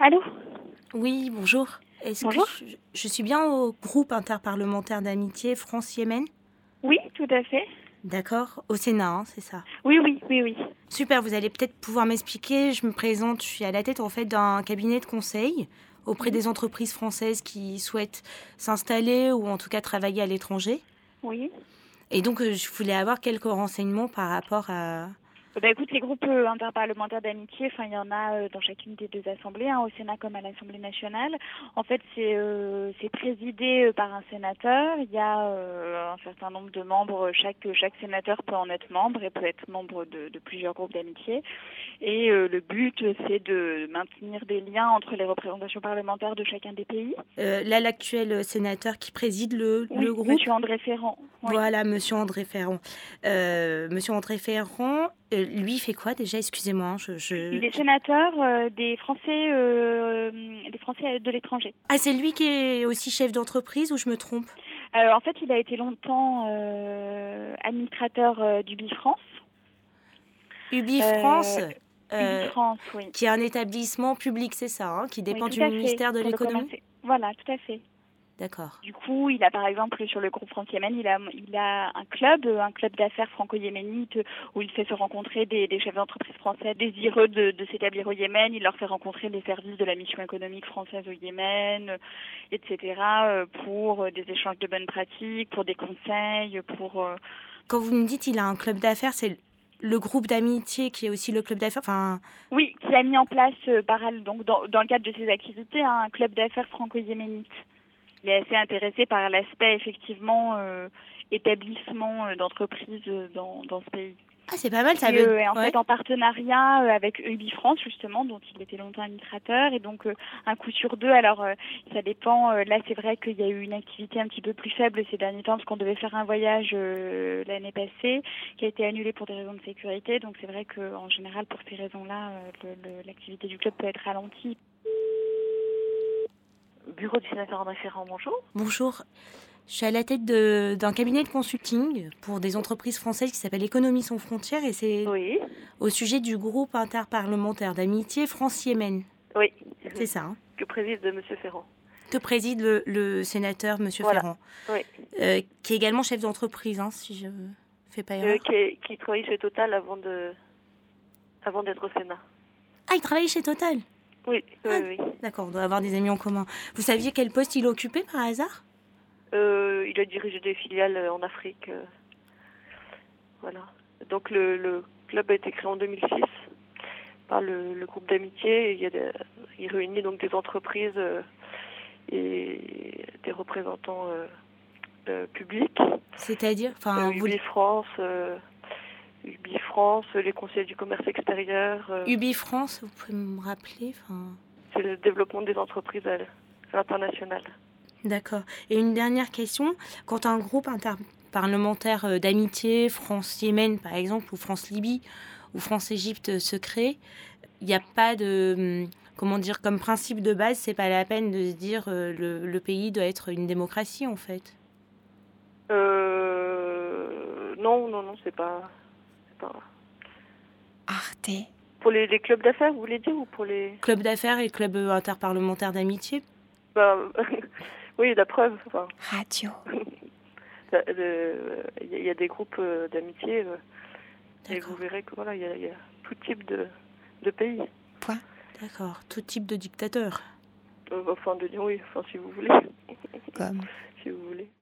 Allô Oui, bonjour. Est-ce Bonjour. que je, je suis bien au groupe interparlementaire d'amitié France-Yémen Oui, tout à fait. D'accord, au Sénat, hein, c'est ça. Oui, oui, oui, oui. Super, vous allez peut-être pouvoir m'expliquer. Je me présente, je suis à la tête en fait d'un cabinet de conseil auprès des entreprises françaises qui souhaitent s'installer ou en tout cas travailler à l'étranger. Oui. Et donc euh, je voulais avoir quelques renseignements par rapport à... Euh, Bah, écoute, les groupes euh, interparlementaires d'amitié, enfin, il y en a euh, dans chacune des deux assemblées, hein, au Sénat comme à l'Assemblée nationale. En fait, c'est euh, c'est présidé euh, par un sénateur. Il y a euh, un certain nombre de membres. Chaque, chaque sénateur peut en être membre et peut être membre de, de plusieurs groupes d'amitié. Et euh, le but, c'est de maintenir des liens entre les représentations parlementaires de chacun des pays. Euh, là, l'actuel sénateur qui préside le, Oui, le groupe. Monsieur André Ferrand. Oui. Voilà, monsieur André Ferrand. Euh, monsieur André Ferrand, euh, lui, il fait quoi déjà Excusez-moi, hein, je, je- Il est sénateur euh, des Français, euh, des Français de l'étranger. Ah, c'est lui qui est aussi chef d'entreprise ou je me trompe Euh, en fait, il a été longtemps euh, administrateur euh, du Bifrance. Ubi Euh, France, euh, Du France, oui. qui est un établissement public, c'est ça, hein, qui Oui, dépend tout du à fait, ministère de pour le l'économie commencer. Voilà, tout à fait. D'accord. Du coup, il a par exemple sur le groupe France-Yémen, il a, il a un club, euh, un club d'affaires franco-yéménite où il fait se rencontrer des, des chefs d'entreprise français désireux de, de s'établir au Yémen. Il leur fait rencontrer des services de la mission économique française au Yémen, euh, etc. euh, pour euh, des échanges de bonnes pratiques, pour des conseils, pour euh, Quand vous me dites qu'il a un club d'affaires, c'est le groupe d'amitié qui est aussi le club d'affaires Enfin, oui, qui a mis en place euh, par elle, donc dans, dans le cadre de ses activités hein, un club d'affaires franco-yéménite. Il est assez intéressé par l'aspect effectivement euh, établissement euh, d'entreprise euh, dans, dans ce pays. ah, c'est pas mal, ça Et, veut... euh, en ouais. fait en partenariat euh, avec Ubi France justement dont il était longtemps administrateur et donc euh, un coup sur deux alors euh, ça dépend euh, là c'est vrai qu'il y a eu une activité un petit peu plus faible ces derniers temps parce qu'on devait faire un voyage euh, l'année passée qui a été annulé pour des raisons de sécurité donc c'est vrai que en général pour ces raisons là l'activité du club peut être ralentie Bureau du sénateur André Ferrand, bonjour. Bonjour. Je suis à la tête de- d'un cabinet de consulting pour des entreprises françaises qui s'appelle Économie sans frontières et c'est Oui, au sujet du groupe interparlementaire d'amitié France-Yémen. Oui, C'est ça, hein, que préside de Monsieur Ferrand. que préside le, le sénateur M. Voilà. Ferrand, Oui. euh, qui est également chef d'entreprise, hein, si je fais pas Euh, erreur. qui, est- qui travaillait chez Total avant de avant d'être au Sénat. Ah, il travaille chez Total. Oui, oui, Ah. oui. D'accord, on doit avoir des amis en commun. Vous saviez quel poste il occupait par hasard Euh, il a dirigé des filiales euh, en Afrique. euh, voilà. Donc le, le club a été créé en 2006 par le, le groupe d'amitié. et Il, y a des- il réunit donc des entreprises euh, et des représentants euh, euh, publics. C'est-à-dire, enfin, Ah, Euh, vous... Ubi France, euh, Ubi France, euh, les conseillers du commerce extérieur. euh, Ubi France, vous pouvez me rappeler enfin... c'est le développement des entreprises à l- à l'international. D'accord. Et une dernière question. Quand un groupe interparlementaire euh, d'amitié, France-Yémen par exemple, ou France-Libye, ou France-Égypte euh, se crée, il n'y a pas de. hum, Comment dire Comme principe de base, c'est pas la peine de se dire euh, le, le pays doit être une démocratie en fait. Euh, non, non, non, c'est pas, c'est pas. Arte, Pour les, les clubs d'affaires, vous voulez dire ou pour les. Club d'affaires et club euh, interparlementaire d'amitié Bah, oui, la preuve. enfin, radio, la- le- Il y, a- il y a des groupes euh, d'amitié euh, et vous D'accord. verrez que voilà, il y, a- il y a tout type de, de pays. D'accord. Tout type de dictateur. Euh, Enfin, de oui, enfin, si vous voulez, comme si vous voulez.